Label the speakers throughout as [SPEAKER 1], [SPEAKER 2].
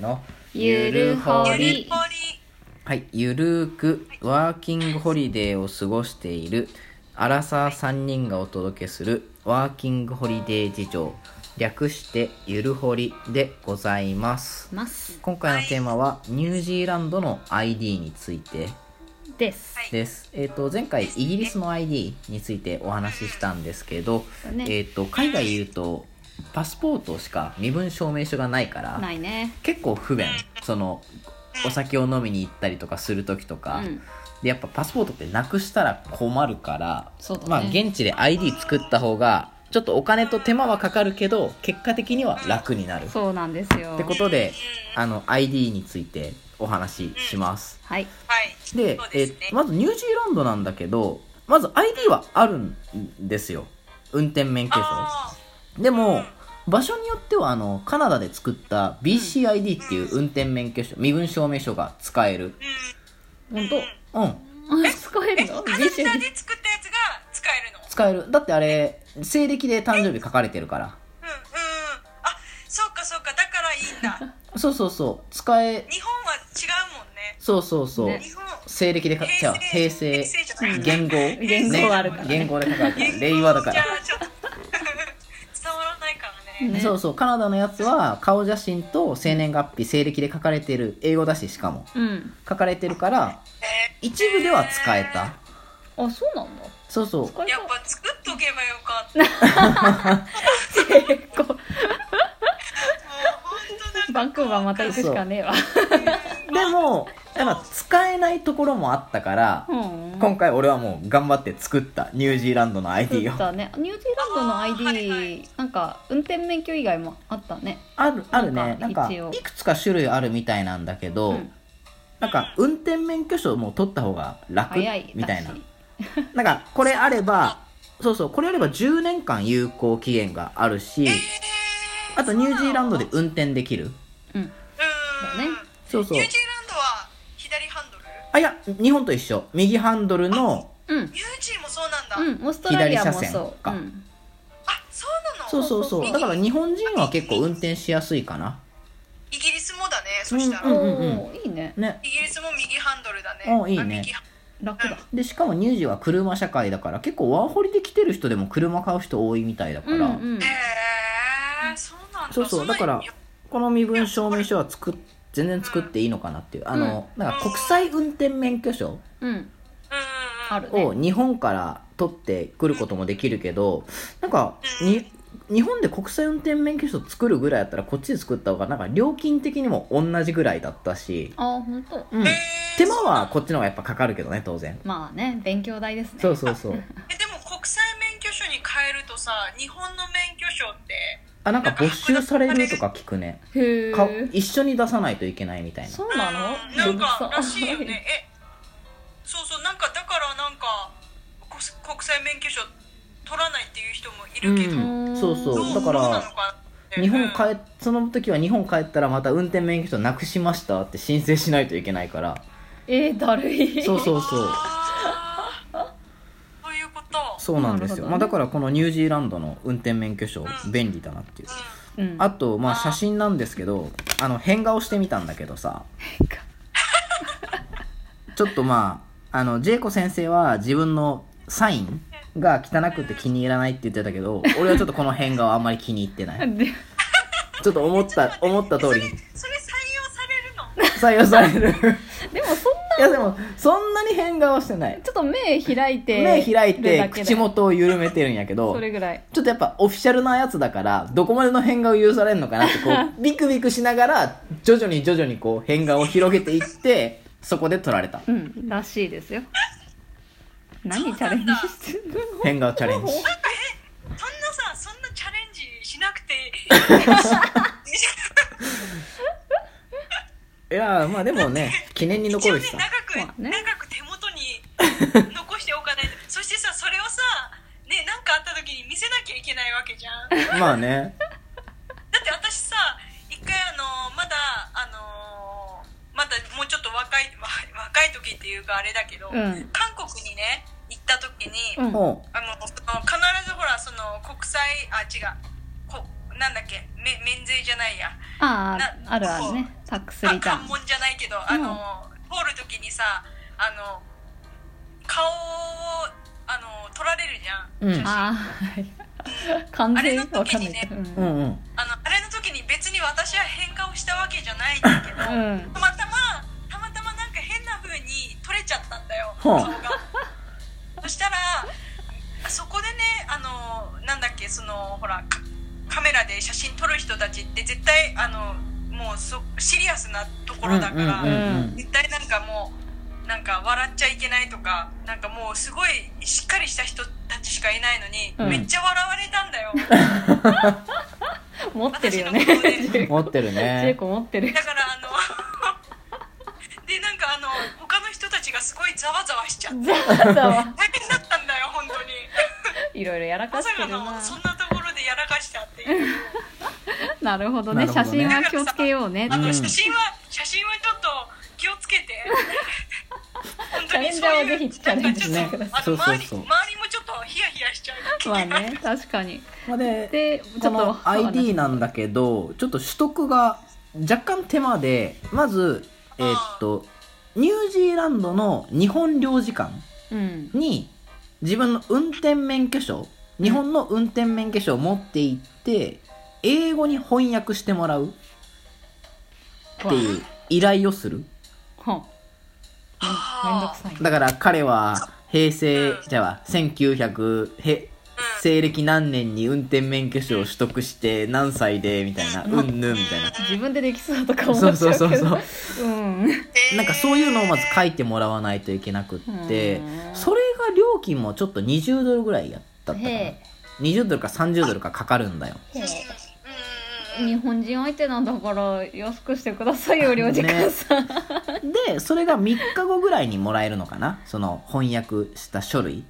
[SPEAKER 1] の
[SPEAKER 2] ゆるほ
[SPEAKER 3] よ
[SPEAKER 2] り
[SPEAKER 3] りほり
[SPEAKER 1] はい、ゆるーくワーキングホリデーを過ごしているアラサー3人がお届けするワーキングホリデー事情略してゆるほりでございます
[SPEAKER 2] ます
[SPEAKER 1] 今回のテーマはニュージーランドの ID について
[SPEAKER 2] です、
[SPEAKER 3] はい
[SPEAKER 1] です、えっと前回イギリスの ID についてお話ししたんですけど、
[SPEAKER 2] ね
[SPEAKER 1] えっと海外いるとパスポートしか身分証明書がないから
[SPEAKER 2] ないね
[SPEAKER 1] 結構不便そのお酒を飲みに行ったりとかする時と
[SPEAKER 2] う
[SPEAKER 1] か、
[SPEAKER 2] ん
[SPEAKER 1] でやっぱパスポートってなくしたら困るから、
[SPEAKER 2] そうだね
[SPEAKER 1] まあ現地で ID 作った方がちょっとお金と手間はかかるけど結果的には楽になるっ
[SPEAKER 2] そうなんですよ
[SPEAKER 1] てことであの ID についてお話しします
[SPEAKER 2] はい
[SPEAKER 3] はい
[SPEAKER 1] で
[SPEAKER 3] そうですね
[SPEAKER 1] えまずニュージーランドなんだけどまず ID はあるんですよ運転免許証
[SPEAKER 3] あ
[SPEAKER 1] でも場所によってはあのカナダで作った BCID っていう運転免許証身分証明書が使える
[SPEAKER 3] ー
[SPEAKER 2] 本
[SPEAKER 1] うん
[SPEAKER 2] 当あすごいの
[SPEAKER 3] うんえカナ
[SPEAKER 2] 美酒
[SPEAKER 3] ダで作ったやつが使えるの
[SPEAKER 1] 使えるだってあれ西暦で誕生日書かれてるから
[SPEAKER 3] うんうんあそうかそうかだからいい んだ
[SPEAKER 1] そうそうそう使え
[SPEAKER 3] 日本は違うもんね
[SPEAKER 1] そうそうそう、
[SPEAKER 2] ね
[SPEAKER 3] 日本
[SPEAKER 1] 西暦でかじゃあ平
[SPEAKER 3] 平成
[SPEAKER 1] 成
[SPEAKER 3] じゃない
[SPEAKER 1] 元号
[SPEAKER 2] 元号あるからね
[SPEAKER 1] 元号で書かれてる令和だか
[SPEAKER 3] じゃ
[SPEAKER 1] ら
[SPEAKER 3] あちょっと 伝わらないからね
[SPEAKER 2] ね
[SPEAKER 1] そうそうカナダのやつは顔写真と生年月日西暦で書かれてる英語だししかも
[SPEAKER 2] うん
[SPEAKER 1] 書かれてるから
[SPEAKER 3] え
[SPEAKER 1] 一部では使えた
[SPEAKER 2] あそうなんだ
[SPEAKER 1] そうそう
[SPEAKER 2] こ
[SPEAKER 3] ー
[SPEAKER 2] れ
[SPEAKER 3] やっ
[SPEAKER 2] が
[SPEAKER 3] ぱ作っとけばよか ったもう
[SPEAKER 2] 成功
[SPEAKER 3] 本当なんか
[SPEAKER 2] バンクーバーまた行くしかねえわ
[SPEAKER 1] でもやっぱ使えないところもあったから
[SPEAKER 2] うん
[SPEAKER 1] 今回俺はもう頑張って作ったニュージーランドの ID を
[SPEAKER 2] 作ったねニュージーランドの ID、
[SPEAKER 3] あーはいはい
[SPEAKER 2] なんか運転免許以外もあったね
[SPEAKER 1] あるあるねな
[SPEAKER 2] なんん
[SPEAKER 1] か
[SPEAKER 2] か
[SPEAKER 1] い
[SPEAKER 2] 一応
[SPEAKER 1] くつか種類あるみたいなんだけど、
[SPEAKER 2] うん
[SPEAKER 1] なんか運転免許証も取った方が楽
[SPEAKER 2] 早い
[SPEAKER 1] みたいな
[SPEAKER 2] だし
[SPEAKER 1] なんかこれあればそうそうこれあれば10年間有効期限があるしあとニュージーランドで運転できる
[SPEAKER 2] うん
[SPEAKER 3] うん
[SPEAKER 2] だね
[SPEAKER 1] そうそう
[SPEAKER 3] ニュージーランドは左ハンドル
[SPEAKER 1] あいや日本と一緒右ハンドルの
[SPEAKER 2] うん
[SPEAKER 3] ニュージーもそうなんだ、
[SPEAKER 2] うんオーストラリアも
[SPEAKER 1] 左車線
[SPEAKER 2] そ
[SPEAKER 1] か
[SPEAKER 2] う、うん、
[SPEAKER 3] あそうなの
[SPEAKER 1] そうそうそう
[SPEAKER 2] そうそうそ
[SPEAKER 1] だ
[SPEAKER 2] う
[SPEAKER 1] から日本人は結構運転しやすいかな
[SPEAKER 3] イギリスもだねそしたら、
[SPEAKER 1] うんうん
[SPEAKER 2] おーいいね
[SPEAKER 1] ね
[SPEAKER 3] イギリスも右ハンドルだね
[SPEAKER 1] おいいね
[SPEAKER 3] あ右ハン
[SPEAKER 2] 楽だ
[SPEAKER 1] でしかもニュージーは車社会だから結構ワーホリで来てる人でも車買う人多いみたいだから、
[SPEAKER 2] うんうん
[SPEAKER 3] へえそうなんだ
[SPEAKER 1] そうそうだからこの身分証明書は作っ全然作っていいのかなっていうあの、なんか国際運転免許証
[SPEAKER 2] うんあ
[SPEAKER 3] ある
[SPEAKER 2] るね
[SPEAKER 1] を日本から取ってくることもできるけどなんかに日本で国際運転免許証作るぐらいだったらこっちで作った方がなんか料金的にも同じぐらいだったし、
[SPEAKER 2] あーほんと
[SPEAKER 1] うん、手間はこっちの方がやっぱかかるけどね当然
[SPEAKER 2] まあね勉強代ですね
[SPEAKER 1] そうそうそう
[SPEAKER 3] えでも国際免許証に変えるとさ日本の免許証って
[SPEAKER 1] あなんか没収されるとか聞くね
[SPEAKER 2] へ
[SPEAKER 1] か
[SPEAKER 2] え
[SPEAKER 1] 一緒に出さないといけないみたいな
[SPEAKER 2] そうなの
[SPEAKER 3] うんなん
[SPEAKER 2] そ
[SPEAKER 3] か
[SPEAKER 2] う
[SPEAKER 3] らしい よねえそうそうなんかだからなんかこ国際免許証取らないっていう人もいるけど、
[SPEAKER 1] うん、そう
[SPEAKER 3] ど
[SPEAKER 1] そう
[SPEAKER 3] う
[SPEAKER 1] だか
[SPEAKER 3] どう
[SPEAKER 1] ら
[SPEAKER 3] なのかって
[SPEAKER 1] 日本
[SPEAKER 3] うん
[SPEAKER 1] 帰っその時は日本帰ったらまた運転免許証なくしましたって申請しないといけないから
[SPEAKER 2] えー、だるい
[SPEAKER 1] そうそうそう
[SPEAKER 3] あーそういうこと
[SPEAKER 1] そうなんです
[SPEAKER 2] な
[SPEAKER 1] よ、
[SPEAKER 2] るほどね
[SPEAKER 1] まあ、だからこのニュージーランドの運転免許証便利だなっていう
[SPEAKER 2] う、うん、
[SPEAKER 1] あとまあ写真なんですけどあの変顔してみたんだけどさ
[SPEAKER 2] 顔
[SPEAKER 1] ちょっとまああのジェイコ先生は自分のサインが汚くて気に入らないって言ってたけど俺はちょっとこの変顔あんまり気に入ってない
[SPEAKER 2] で
[SPEAKER 1] ちょっと思った思った通りに
[SPEAKER 3] それ採用されるの
[SPEAKER 1] 採用される
[SPEAKER 2] でもそん
[SPEAKER 1] いやでもそんなに変顔してない
[SPEAKER 2] ちょっと目開いて
[SPEAKER 1] 目開い
[SPEAKER 2] るだ
[SPEAKER 1] て
[SPEAKER 2] けで
[SPEAKER 1] 口元を緩めてるんやけど
[SPEAKER 2] それぐらい
[SPEAKER 1] ちょっとやっぱオフィシャルなやつだからどこまでの変顔許されるのかなってこうビクビクしながら徐々に徐々にこう変顔を広げていってそこで撮られた
[SPEAKER 2] うんらしいですよ何チャレンジしてるの
[SPEAKER 1] 変顔チャレンジ
[SPEAKER 3] そんなさそんなチャレンジしなくて いい
[SPEAKER 1] いやーまあでもね記念に
[SPEAKER 3] 一
[SPEAKER 1] 残
[SPEAKER 3] 応
[SPEAKER 1] る
[SPEAKER 3] ね
[SPEAKER 1] しさ
[SPEAKER 3] 長
[SPEAKER 2] ま
[SPEAKER 3] く、
[SPEAKER 2] あね
[SPEAKER 3] 長く手元に残しておかないとそしてさそれをさねなんかあった時に見せなきゃいけないわけじゃん だって
[SPEAKER 1] まあね
[SPEAKER 3] 私さ一回あのまだあのまだもうちょっと若い わ若い時っていうかあれだけど、
[SPEAKER 2] うん
[SPEAKER 3] 韓国にね行った時に、
[SPEAKER 2] うん
[SPEAKER 1] も
[SPEAKER 3] あのその必ずほらその国際あ違うこなんだっけめ免税じゃないや
[SPEAKER 2] ああ
[SPEAKER 3] な
[SPEAKER 2] あるあるねタックスリタ
[SPEAKER 3] 関
[SPEAKER 2] ーン
[SPEAKER 3] 門じゃないけど、あの通る時にさあの顔をあの撮られるじゃん、
[SPEAKER 1] うん
[SPEAKER 3] 写真
[SPEAKER 2] ああはい完全にわかんないけど
[SPEAKER 1] う
[SPEAKER 2] うん
[SPEAKER 1] うん
[SPEAKER 3] あのあれの時に別に私は変化をしたわけじゃないんだけど、
[SPEAKER 2] ん、うん、
[SPEAKER 3] たまたまたまたまなんか変な風に撮れちゃったんだよ
[SPEAKER 1] ほう
[SPEAKER 3] 画像がそしたらそこでねあのなんだっけそのほらカカメラで写真撮る人たちって絶対あのもうそシリアスなとこ
[SPEAKER 1] うんう
[SPEAKER 3] ろ
[SPEAKER 1] ん
[SPEAKER 3] だ
[SPEAKER 1] う
[SPEAKER 3] から、
[SPEAKER 1] ん
[SPEAKER 3] 絶対なんかもうなんか笑っちゃいけないとかなんかもうすごいしっかりした人たちしかいないのに、
[SPEAKER 2] うん
[SPEAKER 3] めっちゃ笑われたんだよ
[SPEAKER 2] 持ってるよね
[SPEAKER 3] 私のことで
[SPEAKER 1] うん持ってる
[SPEAKER 2] ジェイ
[SPEAKER 1] ね
[SPEAKER 2] コ持ってる
[SPEAKER 3] だからあの でなんかあの他の人たちがすごいざわざわしちゃって
[SPEAKER 2] ザワザワ
[SPEAKER 3] 大変だったんだよ本当に
[SPEAKER 2] いろいろやらか
[SPEAKER 3] ま
[SPEAKER 2] し
[SPEAKER 3] さ
[SPEAKER 2] て
[SPEAKER 3] か
[SPEAKER 2] る
[SPEAKER 3] の
[SPEAKER 2] な
[SPEAKER 3] そんなところでやらかしたっていう
[SPEAKER 2] なるほどね
[SPEAKER 1] なるほど
[SPEAKER 2] 写
[SPEAKER 1] ね
[SPEAKER 2] 真は気をつけようね
[SPEAKER 3] あ
[SPEAKER 1] う
[SPEAKER 3] と
[SPEAKER 1] ん
[SPEAKER 3] 写真は、写真はちょっと気をつけて本当にそういう
[SPEAKER 2] チャレンジャーはぜひチャレンジしてくだ
[SPEAKER 1] さい
[SPEAKER 3] あと周
[SPEAKER 1] そ
[SPEAKER 3] り
[SPEAKER 1] うそうそう
[SPEAKER 3] 周りもちょっとヒヤヒヤしちゃう
[SPEAKER 2] まあね確かに
[SPEAKER 1] まあで
[SPEAKER 2] でち
[SPEAKER 1] こ
[SPEAKER 2] ょっと
[SPEAKER 1] の ID なんだけどちょっと取得が若干手間でまずえーっとニュージーランドの日本領事館
[SPEAKER 2] うん
[SPEAKER 1] に自分の運転免許証日本の運転免許証を持って行って英語に翻訳してもらうっていう依頼をする
[SPEAKER 2] ほんめんどくさい
[SPEAKER 1] だから彼は平成
[SPEAKER 3] うん
[SPEAKER 1] じゃあ1900へ西暦何年に運転免許証を取得して何歳でみたいな
[SPEAKER 2] うん
[SPEAKER 1] うんぬんみたいな
[SPEAKER 2] 自分でできそうとか思っち
[SPEAKER 1] そ
[SPEAKER 2] ゃう
[SPEAKER 1] う
[SPEAKER 2] けど
[SPEAKER 1] そうそうそう
[SPEAKER 2] うん
[SPEAKER 1] なんかそういうのをまず書いてもらわないといけなくって
[SPEAKER 2] うん
[SPEAKER 1] それが料金もちょっと20ドルぐらいやったったかな
[SPEAKER 2] へ
[SPEAKER 1] 20ドルか30ドルかかかるんだよ
[SPEAKER 2] えへえ
[SPEAKER 3] うんうんうんうん
[SPEAKER 2] 日本人相手なんだから安くしてくださいよ領事館さん、
[SPEAKER 1] でそれが3日後ぐらいにもらえるのかなその翻訳した書類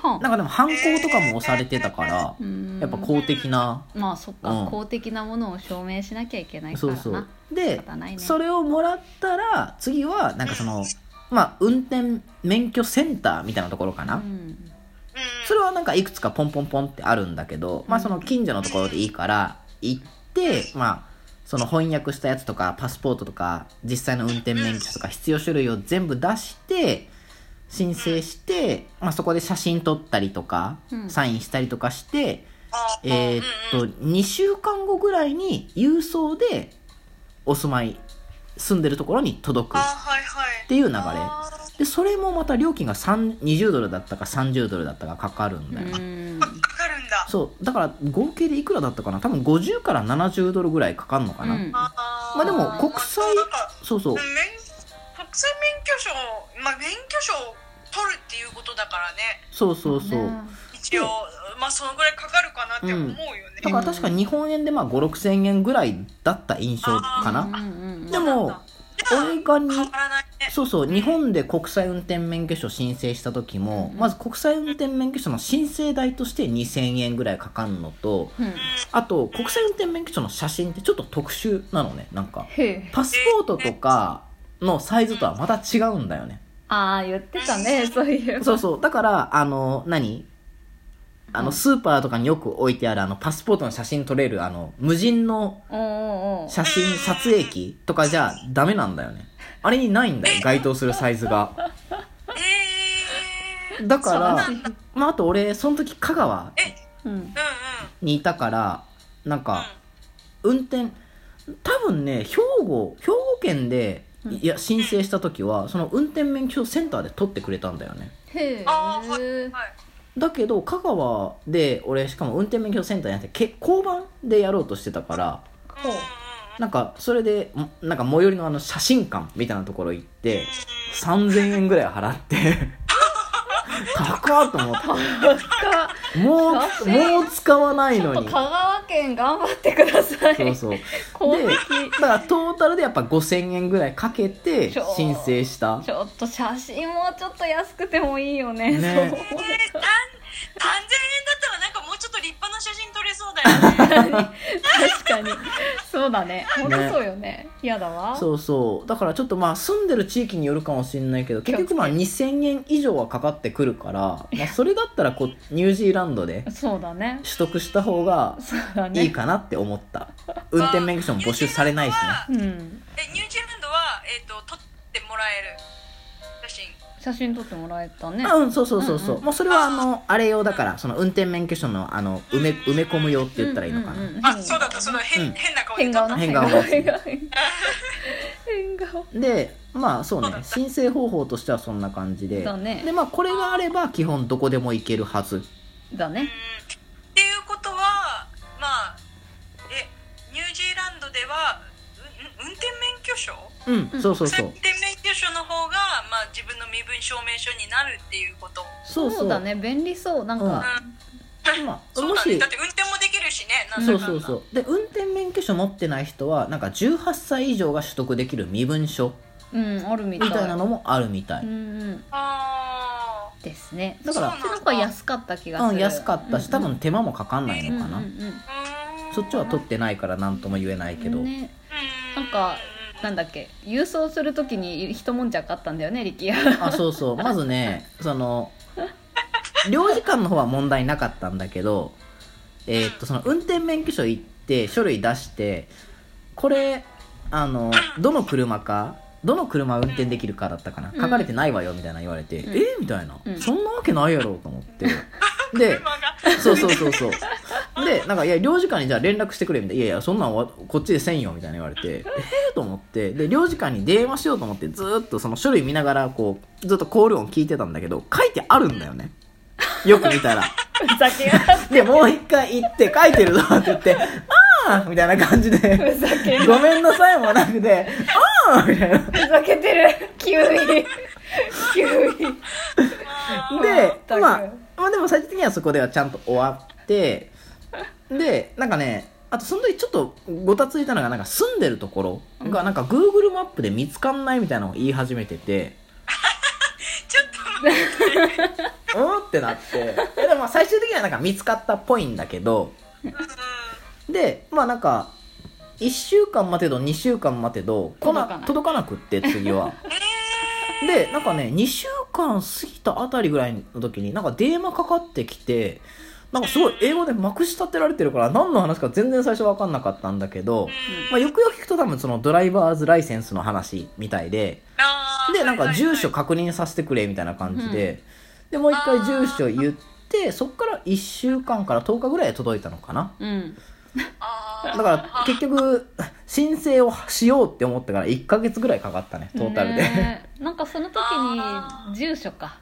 [SPEAKER 2] は
[SPEAKER 1] なんかでも犯行とかも押されてたから
[SPEAKER 2] ん
[SPEAKER 1] やっぱ公的な
[SPEAKER 2] まあそっか、
[SPEAKER 1] うん
[SPEAKER 2] 公的なものを証明しなきゃいけないか
[SPEAKER 1] そ
[SPEAKER 2] ら
[SPEAKER 1] う
[SPEAKER 2] な
[SPEAKER 1] そうで
[SPEAKER 2] 仕方ないね
[SPEAKER 1] それをもらったら次はなんかそのまあ運転免許センターみたいなところかな、
[SPEAKER 2] うん
[SPEAKER 3] うん
[SPEAKER 1] それはなんかいくつかポンポンポンってあるんだけど、まあその近所のところでいいから行って、まあその翻訳したやつとかパスポートとか実際の運転免許とか必要書類を全部出して申請して、まあ、そこで写真撮ったりとか
[SPEAKER 2] うん
[SPEAKER 1] サインしたりとかして、
[SPEAKER 3] あー
[SPEAKER 1] えーっ
[SPEAKER 3] うんう
[SPEAKER 1] と
[SPEAKER 3] ん
[SPEAKER 1] 2週間後ぐらいに郵送でお住まい住んでるところに届く
[SPEAKER 3] あー
[SPEAKER 1] っ
[SPEAKER 3] はいはい
[SPEAKER 1] ていう流れ
[SPEAKER 3] あー
[SPEAKER 1] でそれもまた料金が3 20ドルだったか30ドルだったかかかるん
[SPEAKER 2] う
[SPEAKER 1] だよ、
[SPEAKER 2] ん
[SPEAKER 3] かかるんだ
[SPEAKER 1] そうだから合計でいくらだったかな多分50から70ドルぐらいかかるのかな、
[SPEAKER 2] うん
[SPEAKER 3] ま
[SPEAKER 1] まあでも国際
[SPEAKER 3] なんか
[SPEAKER 1] そうそう
[SPEAKER 3] うん免国際免許証まあ免許証を取るっていうことだからね
[SPEAKER 1] そうそうそう、
[SPEAKER 2] ね
[SPEAKER 3] 一応まあそのぐらいかかるかなって思うよね、
[SPEAKER 1] だから確か日本円でまあ5 6千円ぐらいだった印象か
[SPEAKER 2] うん
[SPEAKER 1] な
[SPEAKER 2] うんうん
[SPEAKER 1] でも
[SPEAKER 3] じゃあ
[SPEAKER 1] 俺がに
[SPEAKER 3] 変わらないね
[SPEAKER 1] そうそう日本で国際運転免許証申請した時も、
[SPEAKER 2] うん
[SPEAKER 1] まず国際運転免許証の申請代として2000円ぐらいかかるのと
[SPEAKER 2] うん
[SPEAKER 1] あと国際運転免許証の写真ってちょっと特殊なのねなんか
[SPEAKER 2] へえ
[SPEAKER 1] パスポートとかのサイズとはまた違うんだよね
[SPEAKER 2] ああ言ってたねそうい う
[SPEAKER 1] そうそう。だから、あの、何あ
[SPEAKER 2] う
[SPEAKER 1] の、
[SPEAKER 2] ん
[SPEAKER 1] スーパーとかによく置いてある、あの、パスポートの写真撮れる、あの、無人の
[SPEAKER 2] おうおうおう
[SPEAKER 1] 写真撮影機とかじゃダメなんだよね。あれにないんだよ、該当するサイズが。
[SPEAKER 3] えー、
[SPEAKER 1] だか
[SPEAKER 2] そう
[SPEAKER 1] ら、
[SPEAKER 2] なんだ
[SPEAKER 1] まあ、あと俺、その時香川
[SPEAKER 2] うん
[SPEAKER 3] う
[SPEAKER 1] にいたから、なん
[SPEAKER 3] んうん
[SPEAKER 1] か、運転、多分ね、兵庫、兵庫県で、
[SPEAKER 2] うん
[SPEAKER 1] いや、申請した時は、その運転免許証センターで撮ってくれたんだよね。
[SPEAKER 2] へえ
[SPEAKER 3] あーはいはい
[SPEAKER 1] だけど香川で俺しかも運転免許センターじゃなくてけ交番でやろうとしてたから
[SPEAKER 3] うんうんうん
[SPEAKER 1] なんかそれでもなんか最寄りのあの写真館みたいなところ行って3000円ぐらい払って高っと思っ
[SPEAKER 2] か
[SPEAKER 1] てもうもう使わない
[SPEAKER 2] ちょ
[SPEAKER 1] の
[SPEAKER 2] っと香
[SPEAKER 1] に
[SPEAKER 2] 川県頑張ってください
[SPEAKER 1] そうそうで
[SPEAKER 2] 公的
[SPEAKER 1] だからトータルでやっぱ5000円ぐらいかけて
[SPEAKER 2] ちょ
[SPEAKER 1] 申請した
[SPEAKER 2] ちょっと写真もちょっと安くてもいいよ
[SPEAKER 1] ね
[SPEAKER 2] ねそう
[SPEAKER 3] えー、たん3000円だったらなんかもうちょっと立派の写真撮れそうだよね
[SPEAKER 2] 確かにそうだね本当そうよね嫌だわ
[SPEAKER 1] そうそうだからちょっとまあ住んでる地域によるかもしれないけど結局まあ2000円以上はかかってくるから、 まあ、それだったらこうニュージーランドで
[SPEAKER 2] そうだね
[SPEAKER 1] 取得した方が
[SPEAKER 2] そうだね
[SPEAKER 1] いいかなって思った運転免許証も募集されないしね
[SPEAKER 2] うん
[SPEAKER 3] えニュージーランドは、えー、と撮ってもらえる写真
[SPEAKER 2] 写真撮ってもらえたね
[SPEAKER 1] あうんそうそうそうそう,、
[SPEAKER 2] うんうん
[SPEAKER 1] もうそれはあのあれ用だからその運転免許証のあの埋め埋め込む用って言ったらいいのかな、
[SPEAKER 2] うんうんうん
[SPEAKER 3] あそうだったそうだった変,、
[SPEAKER 1] うん
[SPEAKER 3] 変な顔で
[SPEAKER 2] 変
[SPEAKER 3] 撮
[SPEAKER 2] 顔
[SPEAKER 3] っ
[SPEAKER 2] な
[SPEAKER 3] た
[SPEAKER 1] 変顔
[SPEAKER 2] 変 顔変顔
[SPEAKER 1] でまあそう
[SPEAKER 3] そうだ
[SPEAKER 1] ね
[SPEAKER 3] った
[SPEAKER 1] 申請方法としてはそんな感じで
[SPEAKER 2] だね
[SPEAKER 1] でまあこれがあれば基本どこでも行けるはず
[SPEAKER 2] だ
[SPEAKER 3] うん
[SPEAKER 2] ね
[SPEAKER 3] っていうことはまあえニュージーランドではう運転免許証
[SPEAKER 1] うん、
[SPEAKER 2] うん
[SPEAKER 1] そうそうそう
[SPEAKER 3] 運転免許証の方が、まあ、自分の身分証明書になるっていうこと、
[SPEAKER 1] そうそう
[SPEAKER 2] だね便利そうなん
[SPEAKER 1] うん
[SPEAKER 2] か
[SPEAKER 3] うん、
[SPEAKER 1] まあ
[SPEAKER 3] そう
[SPEAKER 1] も
[SPEAKER 3] だ
[SPEAKER 1] し
[SPEAKER 3] ねだって運転もできるしねなん
[SPEAKER 1] そ
[SPEAKER 3] だ
[SPEAKER 1] う
[SPEAKER 3] かんだ
[SPEAKER 1] そうそうで運転免許証持ってない人はなんか18歳以上が取得できる身分証
[SPEAKER 2] うん、あるみ
[SPEAKER 1] み
[SPEAKER 2] たい
[SPEAKER 1] たいなのもあるみた
[SPEAKER 2] う
[SPEAKER 1] い、
[SPEAKER 2] んうん
[SPEAKER 3] あ
[SPEAKER 2] ですね
[SPEAKER 1] だから
[SPEAKER 2] そっちの方が安かった気が
[SPEAKER 1] う
[SPEAKER 2] す
[SPEAKER 1] ん、
[SPEAKER 2] る
[SPEAKER 1] 安かったし多分手間もかかんないのかな、
[SPEAKER 2] うんうんうん
[SPEAKER 3] ーうーん
[SPEAKER 1] そっちは取ってないから何とも言えないけど、
[SPEAKER 2] ね
[SPEAKER 3] う
[SPEAKER 2] なんかなんだっけ郵送するときに一悶着あったんだよね力也
[SPEAKER 1] あそうそうまずねその領事館の方は問題なかったんだけどえーっとその運転免許証行って書類出してこれあのどの車かどの車運転できるかだったかな
[SPEAKER 2] うん
[SPEAKER 1] 書かれてないわよみたいな言われて、
[SPEAKER 2] うん
[SPEAKER 1] えーみたいな、
[SPEAKER 2] うん
[SPEAKER 1] そんなわけないやろうと思って で
[SPEAKER 3] 車が
[SPEAKER 1] そうそうそうそうでなんか「いや領事館にじゃあ連絡してくれ」みたいな「いやいやそんなんわこっちでせんよ」みたいな言われて「ええと思ってで領事館に電話しようと思ってずーっとその書類見ながらこうずっとコール音聞いてたんだけど書いてあるんだよねよく見たら
[SPEAKER 2] ふざけやがって
[SPEAKER 1] でもう一回行って書いてるぞって言って「ああ」みたいな感じで
[SPEAKER 2] ふざけ
[SPEAKER 1] 「ごめんなさい」もなくて「ああ」みたいな
[SPEAKER 2] ふざけてる急に急に
[SPEAKER 1] で
[SPEAKER 2] 全く
[SPEAKER 1] まあまあでも最終的にはそこではちゃんと終わってでなんかねあとその時ちょっとごたついたのがなんか住んでるところがなんか Google マップで見つかんないみたいなのを言い始めてて
[SPEAKER 3] ちょっと待って
[SPEAKER 1] うんってなってえでもまあ最終的にはなんか見つかったっぽいんだけど
[SPEAKER 3] うん
[SPEAKER 1] でまあなんか1週間待てど2週間待てど来
[SPEAKER 2] 届かない
[SPEAKER 1] 届かなくって次は。
[SPEAKER 3] え
[SPEAKER 1] でなんかね2週間過ぎたあたりぐらいの時になんか電話かかってきてなんかすごい英語でまくし立てられてるから何の話か全然最初分かんなかったんだけど、
[SPEAKER 3] ー
[SPEAKER 1] まあ、よくよく聞くと多分そのドライバーズライセンスの話みたいで
[SPEAKER 3] あー
[SPEAKER 1] でなん
[SPEAKER 3] は
[SPEAKER 1] か
[SPEAKER 3] いはいは
[SPEAKER 1] 住
[SPEAKER 3] い
[SPEAKER 1] 所確認させてくれみたいな感じで、でもう一回住所言ってそっから1週間から10日ぐらいで届いたのかな
[SPEAKER 2] うん
[SPEAKER 3] あー
[SPEAKER 1] だから結局申請をしようって思ってから1ヶ月ぐらいかかったねトータルで、
[SPEAKER 2] ねえなんかその時
[SPEAKER 3] あ
[SPEAKER 2] に住所か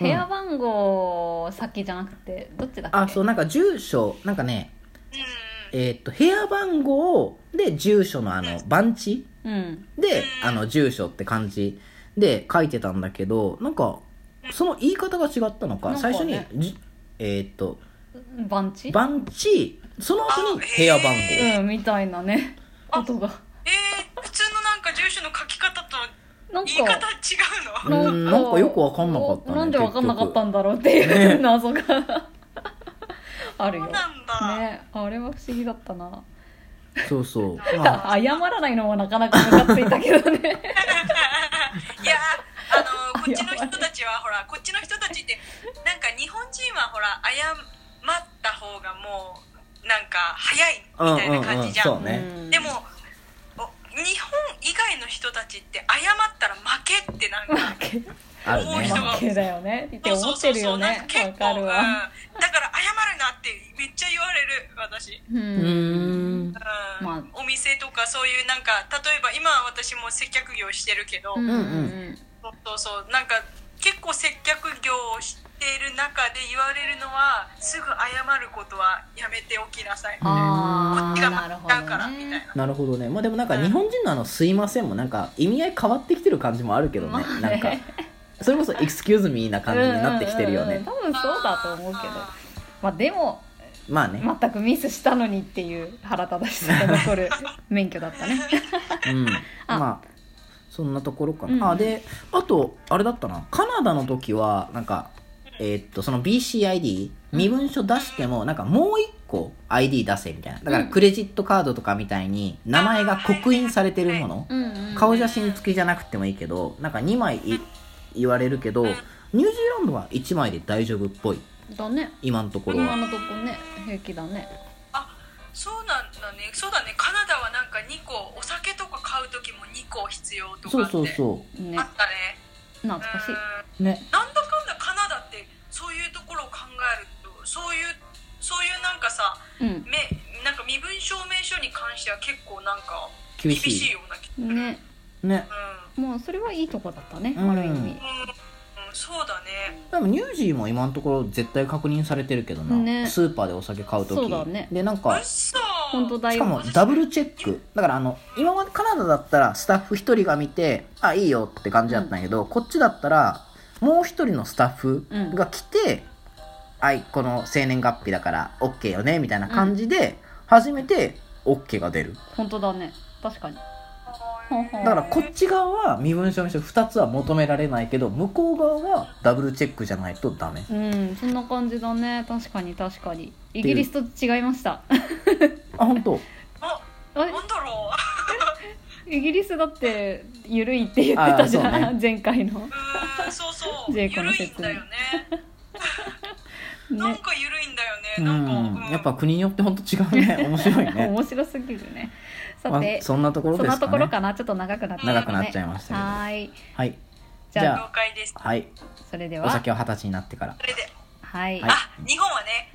[SPEAKER 2] 部屋番号先じゃなくてどっちだっけ
[SPEAKER 1] あそうなんか住所なんかね
[SPEAKER 3] うん
[SPEAKER 1] えーっと部屋番号で住所のあの番地
[SPEAKER 2] うん
[SPEAKER 1] であの住所って感じで書いてたんだけどなんかその言い方が違ったのか
[SPEAKER 2] なんか
[SPEAKER 1] 最
[SPEAKER 2] ね
[SPEAKER 1] 初にじえーっと
[SPEAKER 2] 番地
[SPEAKER 1] 番地その後に部屋番号
[SPEAKER 2] うんみたいなね音が
[SPEAKER 3] えー普通のなんか住所の書き方と
[SPEAKER 2] なん
[SPEAKER 3] 言い方違う
[SPEAKER 2] か
[SPEAKER 3] の
[SPEAKER 1] うんなんかよくわかんなかったね
[SPEAKER 2] なんでわかんなかったんだろうっていう謎があるよ
[SPEAKER 3] そ
[SPEAKER 2] ね
[SPEAKER 3] うなんだ、
[SPEAKER 2] あれは不思議だったな
[SPEAKER 1] そうそう まあ
[SPEAKER 2] 謝らないのもなかなかムカついたけどね
[SPEAKER 3] いやあのこっちの人たちはほらこっちの人たちってなんか日本人はほら謝った方がもうなんか早いみたいな感じじゃん,、
[SPEAKER 1] うんうんうんそうね
[SPEAKER 2] うん
[SPEAKER 3] でもお日本以外の人たちって謝ったら負けってなんか
[SPEAKER 1] ある
[SPEAKER 3] 多い
[SPEAKER 1] ね
[SPEAKER 3] 人が
[SPEAKER 2] 負けだよねって
[SPEAKER 3] そ
[SPEAKER 2] 思
[SPEAKER 3] う
[SPEAKER 2] っ
[SPEAKER 3] そ
[SPEAKER 2] て
[SPEAKER 3] う
[SPEAKER 2] る
[SPEAKER 3] そうそ
[SPEAKER 2] よ
[SPEAKER 3] う
[SPEAKER 2] ね
[SPEAKER 3] なんか結
[SPEAKER 2] わ
[SPEAKER 3] 構
[SPEAKER 2] かる
[SPEAKER 3] うん
[SPEAKER 2] わ、
[SPEAKER 3] だから謝るなってめっちゃ言われる私
[SPEAKER 2] う
[SPEAKER 1] うーん
[SPEAKER 3] うん
[SPEAKER 2] ま
[SPEAKER 3] お店とかそういうなんか例えば今は私も接客業してるけど、
[SPEAKER 2] うん
[SPEAKER 1] ん
[SPEAKER 2] う
[SPEAKER 1] うんん
[SPEAKER 3] そうそうそうなんか結構接客業をしている中で言われるのはすぐ謝ることはやめておきなさいこ
[SPEAKER 2] あ
[SPEAKER 3] っち
[SPEAKER 2] あな
[SPEAKER 3] が
[SPEAKER 2] る
[SPEAKER 3] 負
[SPEAKER 2] ほ
[SPEAKER 3] けちゃうか
[SPEAKER 2] ど
[SPEAKER 3] らみたい
[SPEAKER 2] ね
[SPEAKER 3] な。
[SPEAKER 1] なるほどねまあでもなんか日本人のあの「すいません」もなんか意味合い変わってきてる感じもあるけどね、
[SPEAKER 2] まあね
[SPEAKER 1] なんかそれこそ「excuse me」な感じになってきてるよね、
[SPEAKER 2] うんうんうん多分そうだと思うけど
[SPEAKER 3] あ
[SPEAKER 2] まあでも
[SPEAKER 1] まあね、
[SPEAKER 2] 全くミスしたのにっていう腹立たしさが残る免許だったね
[SPEAKER 1] うん、
[SPEAKER 2] あ
[SPEAKER 1] まあそんなところかな、
[SPEAKER 2] うん
[SPEAKER 1] あであとあれだったなカナダの時はなんかえーっとその BCID 身分証出してもなんかもう一個 ID 出せみたいなだからクレジットカードとかみたいに名前が刻印されてるもの、
[SPEAKER 2] うんうん
[SPEAKER 1] 顔写真付きじゃなくてもいいけどなんか2枚い言われるけどニュージーランドは1枚で大丈夫っぽい
[SPEAKER 2] だね
[SPEAKER 1] 今のところ
[SPEAKER 2] 今
[SPEAKER 1] は
[SPEAKER 2] のとこね平気だね
[SPEAKER 3] あそうなんだねそうだねカナダはなんか2個お酒とか買う時も2個必要とかって
[SPEAKER 1] そうそうそ
[SPEAKER 2] ね
[SPEAKER 3] あったね
[SPEAKER 2] 懐
[SPEAKER 3] うん
[SPEAKER 2] かしい
[SPEAKER 1] いね
[SPEAKER 3] なんだかんだカナダってそういうところを考えるとそういうそういうなんかさ
[SPEAKER 2] うん
[SPEAKER 3] めなんか身分証明書に関しては結構なんか
[SPEAKER 1] 厳
[SPEAKER 3] 厳
[SPEAKER 1] しい
[SPEAKER 3] しいような気がする
[SPEAKER 2] ね
[SPEAKER 1] ね
[SPEAKER 3] う
[SPEAKER 2] もうそれはいいとこだったね、
[SPEAKER 1] うん
[SPEAKER 2] ある意味
[SPEAKER 3] ん、うんうん、そうだね
[SPEAKER 1] でもニュージーも今のところ絶対確認されてるけどな、
[SPEAKER 2] ね
[SPEAKER 1] スーパーでお酒買う時
[SPEAKER 2] そうだね
[SPEAKER 1] でなん
[SPEAKER 3] う
[SPEAKER 1] か
[SPEAKER 3] っそ
[SPEAKER 2] 本当だ
[SPEAKER 1] し
[SPEAKER 2] よ
[SPEAKER 1] かもダブルチェックだからあの今までカナダだったらスタッフ1人が見てあいいよって感じだったんやけど、こっちだったらもう1人のスタッフが来て、はいこの生年月日だから OK よねみたいな感じで初めて OK が出る
[SPEAKER 2] 本当だね確かに
[SPEAKER 3] ほうほう
[SPEAKER 1] だからこっち側は身分証明書2つは求められないけど向こう側はダブルチェックじゃないとダメ
[SPEAKER 2] うんそんな感じだね確かに確かにイギリスと違いました
[SPEAKER 1] あ本当
[SPEAKER 3] あ
[SPEAKER 2] あれ
[SPEAKER 3] なんだろう
[SPEAKER 2] イギリスだって緩いって言ってたじゃ
[SPEAKER 1] あ
[SPEAKER 2] ん、
[SPEAKER 1] そうね
[SPEAKER 2] 前回の
[SPEAKER 3] うーんそうそう
[SPEAKER 2] ジェイコの
[SPEAKER 3] 緩い
[SPEAKER 2] 説
[SPEAKER 3] んだよねなん
[SPEAKER 2] ね
[SPEAKER 3] か緩いんだよね
[SPEAKER 1] う
[SPEAKER 3] なんか、
[SPEAKER 1] んやっぱ
[SPEAKER 3] うん
[SPEAKER 1] 国によって本当違う ね面白いね
[SPEAKER 2] 面白すぎるね
[SPEAKER 1] ま
[SPEAKER 2] さ
[SPEAKER 1] あ
[SPEAKER 2] て、
[SPEAKER 1] そんなところ
[SPEAKER 2] そん
[SPEAKER 1] です
[SPEAKER 2] な
[SPEAKER 1] か
[SPEAKER 2] ところ
[SPEAKER 1] ね
[SPEAKER 2] かなちょっと長くなっちゃ
[SPEAKER 1] 長くなっちゃい
[SPEAKER 2] ま
[SPEAKER 1] ましたけど
[SPEAKER 2] はーい
[SPEAKER 1] はい
[SPEAKER 2] じゃあ
[SPEAKER 1] じゃ
[SPEAKER 3] 了解です
[SPEAKER 1] はい
[SPEAKER 2] それで
[SPEAKER 1] お
[SPEAKER 2] は
[SPEAKER 1] 酒を二十歳になってから
[SPEAKER 3] それで
[SPEAKER 2] はい、
[SPEAKER 1] はい
[SPEAKER 3] あ日本はね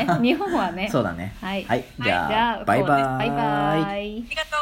[SPEAKER 3] えー
[SPEAKER 2] 日本はね日本はね
[SPEAKER 1] そうだね
[SPEAKER 2] はい、
[SPEAKER 1] はいじゃあ
[SPEAKER 2] じゃあ
[SPEAKER 1] バイ
[SPEAKER 2] こうですバイバイ
[SPEAKER 3] ありがとう